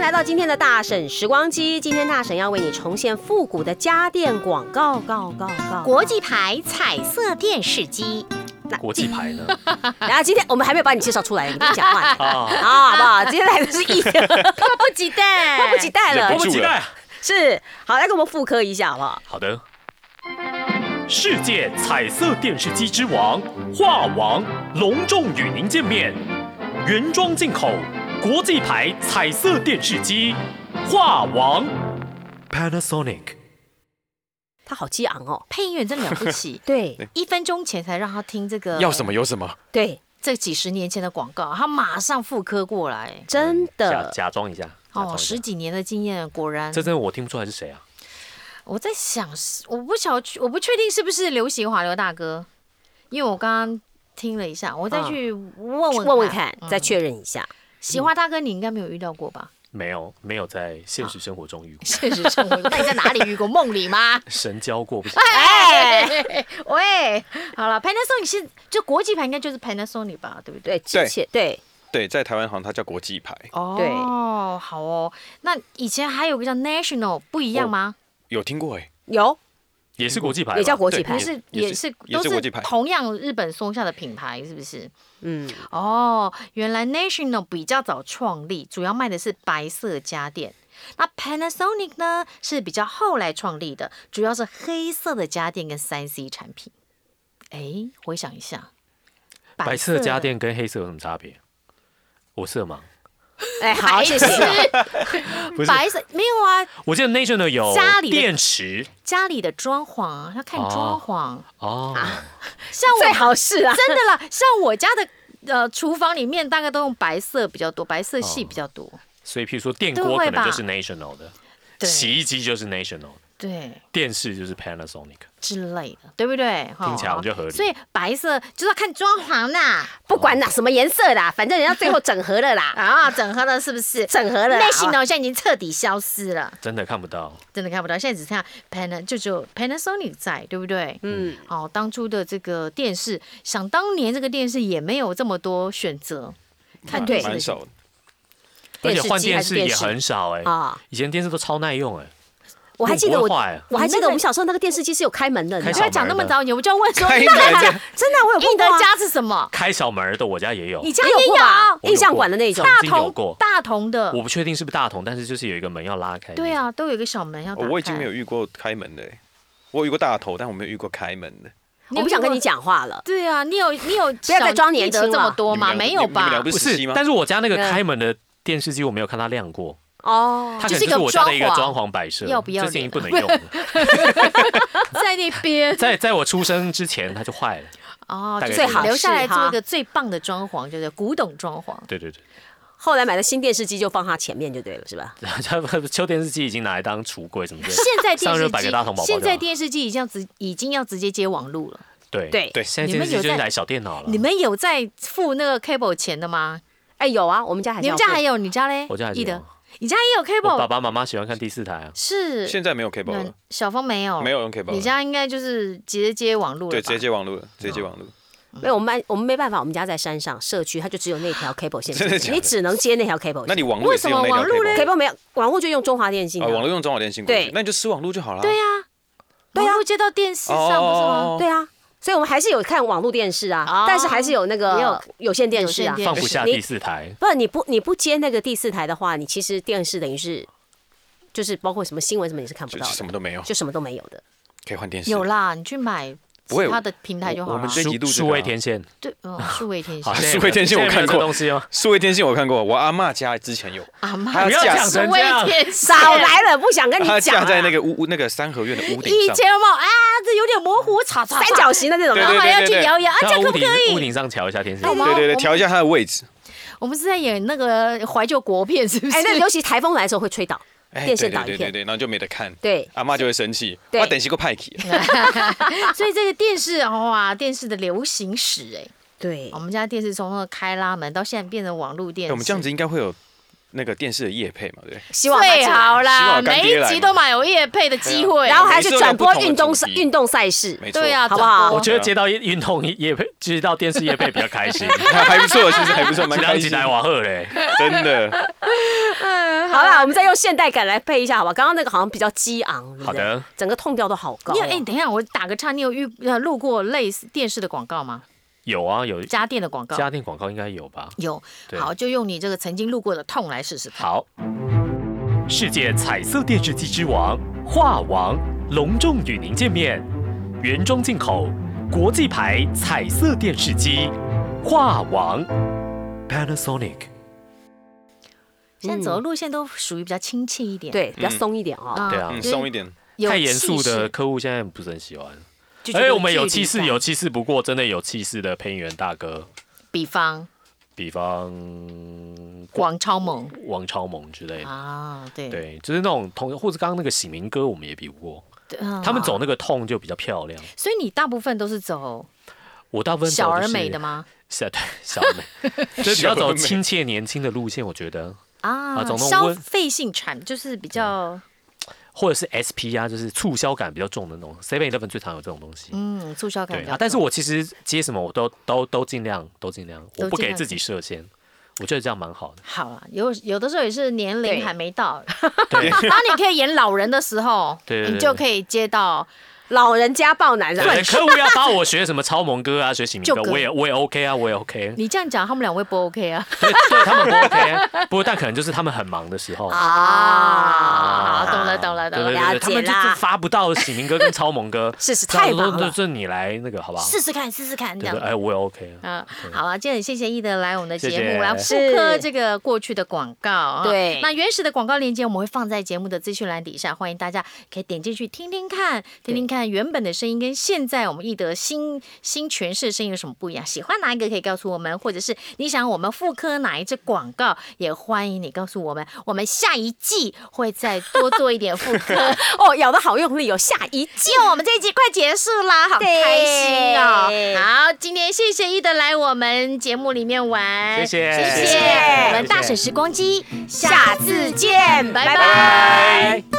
来到今天的大婶时光机，今天大婶要为你重现复古的家电广告，告告告！国际牌彩色电视机，国际牌呢？然后今天我们还没有把你介绍出来，你跟我讲话 啊，啊，好不好？今天来的是一，迫迫不及待，不及待了忍了迫不，及待。是好，来给我们复刻一下，好不好？好的，世界彩色电视机之王画王隆重与您见面，原装进口国际牌彩色电视机画王 Panasonic。他好激昂哦，，配音员真了不起对一分钟前才让他听这呃个，要什么有什么，对，这几十年前的广告，他马上复刻过来。真假的，假装一下，假装哦，一下十几年的经验，果然这真的我听不出来是谁啊？我在想是，我不晓得，我不确定是不是流行华流大哥，因为我刚刚听了一下，我再嗯去问去问问问看，嗯再确认一下。喜欢大哥，你应该没有遇到过吧？没有，没有在现实生活中 遇过，现实生活中，那你在哪里遇过？梦里吗？神交过 不行。哎，喂，好了，Panasonic 是就国际牌，应该就是 Panasonic 吧，对不对，对？之前对对，在台湾好像它叫国际牌，哦，好哦，那以前还有个叫 National，不一样吗？有听过哎，有也是国际牌吧，哦也叫国际对牌不，是，也也是是也都是国际牌同样日本松下的品牌，是不是？嗯，哦，原来 National 比较早创立，主要卖的是白色家电。那 Panasonic 呢是比较后来创立的，主要是黑色的家电跟三 C 产品。哎，回想一下，白色家电跟黑色有什么差别？我色盲，哎，好，谢谢。 不是。白色没有啊，我记得 National 有家里的电池家里的装潢要看装哦潢，哦，啊像 我最好是啊，真的啦，像我家的。呃，厨房里面大概都用白色比较多，白色哦系比较多。所以譬如说电都锅会可能吧就是 National 的，对洗衣机就是 National 的，对，电视就是 Panasonic。之类的，对不对？哈听起来我就合理所以白色就是要看装潢啦，不管啦，什么颜色啦，反正人家最后整合了啦，啊，整合了是不是？整合了啦。类型哦呢，现在已经彻底消失了，真的看不到，真的看不到。现在只剩下 Pan，就只有 Panasonic 在，对不对？嗯，哦，当初的这个电视，想当年这个电视也没有这么多选择，看蛮电视蛮的选少择的。而电且视机换电还是视电也视很少哎、啊以前电视都超耐用啊哎、我还记得我不会坏，我还记你那得个我们小时候那个电视机是有开门的，你开知不道要吗小讲那么门的着急，我就要问说， 开你到底门的真的，我有英碰德过啊，家是什么？开小门儿的我家也有，你家你有也过吧有？我有印象馆的那过种曾大经有同过，大同的，我不确定是不是大同，但是就是有一个门要拉开。对，啊，都有一个小门要打哦 开。我已经没有遇过开门的欸，我有遇过大头，但我没有遇过开门的。我不想跟你有遇过你讲话了。对啊，你有你有不要再装年轻了这么多你们吗？两个没有你们你们吧两不个？不是是十七，吗但是我家那个嗯开门的电视机我没有看它亮过，哦它可就能是一就是个我家的一个装装潢潢摆设，要不要啊这是已脸经不能用的，在那 边在在我出生之前它就坏了。哦，大概就是最好留是下来做哈一个最棒的装潢，就是古董装潢。对对对，后来买的新电视机就放它前面就对了，是吧？ 它旧电视机已经拿来当橱柜 什么之类的。现在电上视热摆个大桶机，宝宝现就在好电视机已经要直已经要直接接网路了。对对对现在你电们视机有就是在台小电脑了。你们有在付那个 cable 钱的吗？哎，有啊，我们家还是你们要家付还有？你家嘞？我家还是记有得啊，你家也有我爸 cable？爸妈妈喜欢看第四台啊。是，现在没有 cable 那了，小峰没有，没有用 cable 了你家应该就是直接接网路了吧。对，直接接网路了，直接接网路。没有，我们班我们没办法，我们家在山上社区，它就只有那条 cable 线，真的假的你只能接那条 cable 那线。你网路也是用那条 为什么网路嘞 cable？ cable 没有，网络就用中华电信啊，的。网路用中华电信过去对，那你就吃网路就好了。对啊，对啊网路接到电视上不是吗？哦对啊，所以我们还是有看网络电视啊哦，但是还是有那也个有有线电视有线啊。电视放不下你第四台，不，你不你不接那个第四台的话，你其实电视等于是就是包括什么新闻什么你是看不就到就什的，么都没有，就什么都没有的。可以换电视。有啦，你去买不会其他的平台就好我了。我们这一数度这个啊数位天线，对，哦，数位天好线， 数位现在有天线我现在有看过这东西吗？数位电信我看过，我阿嬷家之前有，阿还妈有不要架讲数成这位样，天线，少来了，不想跟你她讲啊 架了在那个屋屋那个三合院的屋顶以上。前有没有啊？这有点模糊，吵吵 三角形的那种对然啊。后还要对对去对对摇一摇啊，这到样可屋不顶可屋以？顶上调一下天线好，吗对对我对，们调一下它的位置。我们是在演那个怀旧国片，是不是？哎，那 尤其台风来的时候会吹倒哎，电线对倒对一对对片。对，然后就没得看。对阿嬷就会生气，对我等些个派去。 所以这个电视，哦哇，电视的流行史， 哎，对我，们家电视从那个开拉门到现在变成网络电哎视，我们这样子应该会有那个电视的夜配嘛，对不对？希望最它进来好希望啦，有干每爹一来集嘛都蛮有夜配的机会，啊然后还要去每次都有转播不同的运动主题运动赛事。没错，对啊，好不好转我播觉得接到运动业配，接到电视业配比较 开心，还还不错，其实还不错，蛮几开台心几。台瓦赫嘞，真的，好啦，我们再用现代感来配一下，好吧？刚刚那个好像比较激昂，对不对好的，整个痛调都好高哦。你有哎、等一下，我打个岔，你有遇呃路过类似电视的广告吗？有啊，有家电的广告家电广告应该有吧？有。对好，就用你这个曾经路过的痛来试试看。好，世界彩色电视机之王画王隆重与您见面，原装进口，国际牌彩色电视机，画王 Panasonic。现在走的路线都属于比较亲切一点，，对，比较嗯松一点哦。啊对啊 嗯，就是松一点，有太严肃气势的，客户现在不是很喜欢。就觉哎、得我们有距离气势，感有。气势，不过真的有气势的配音员大哥，比方比方广超猛王超萌之类的。啊，对，对，就是那种同，或者刚刚那个喜明哥，我们也比不过，对啊他们走，那个痛就比较漂亮。所以你大部分都是走我大部分走小就而是美的吗？小对小而美，就是比较走亲切年轻的路线，我觉得，啊啊走那种消温费性产就是比较或者是 SP 啊，就是促销感比较重的那种，Seven Eleven 最常有这种东西。嗯促销感对比较啊重，，但是我其实接什么我都都都尽量都尽量，都我不尽给量自己设限，我觉得这样蛮好的。好了，有有的时候也是年对龄还没到，对当你可以演老人的时候，对对对你就可以接到老人家抱男人，对，客户要帮我学什么超萌歌啊，学喜明就哥，歌我也我也 OK 啊，我也 OK， 你这样讲，他们两位不 OK 啊？对对，他们不 OK，不过 但可能就是他们很忙的时候。啊好，懂了懂了对懂啊了，对对了对，他解们就啦是发不到喜明哥跟超萌哥， 是是这样太忙说了就就你来那个好不好？试试看试试看这对样对，。哎，我也 OK 啊。嗯，好啊，今天很谢谢易德来我们的节谢目，谢来复刻这个过去的广告啊。对那原始的广告链接我们会放在节目的资讯栏底下，欢迎大家可以点进去听听看，听听看原本的声音跟现在我们易德新新诠释的声音有什么不一样。喜欢哪一个可以告诉我们，或者是你想我们复刻哪一支广告，也欢迎你告诉我们。我们下一季会再多做一点复刻。哦，咬的好用力哦，下一季因为我们这一集快结束啦，好对开心哦！好，今天谢谢一德来我们节目里面玩，谢谢谢谢谢我们大婶时光机，下次见，拜拜。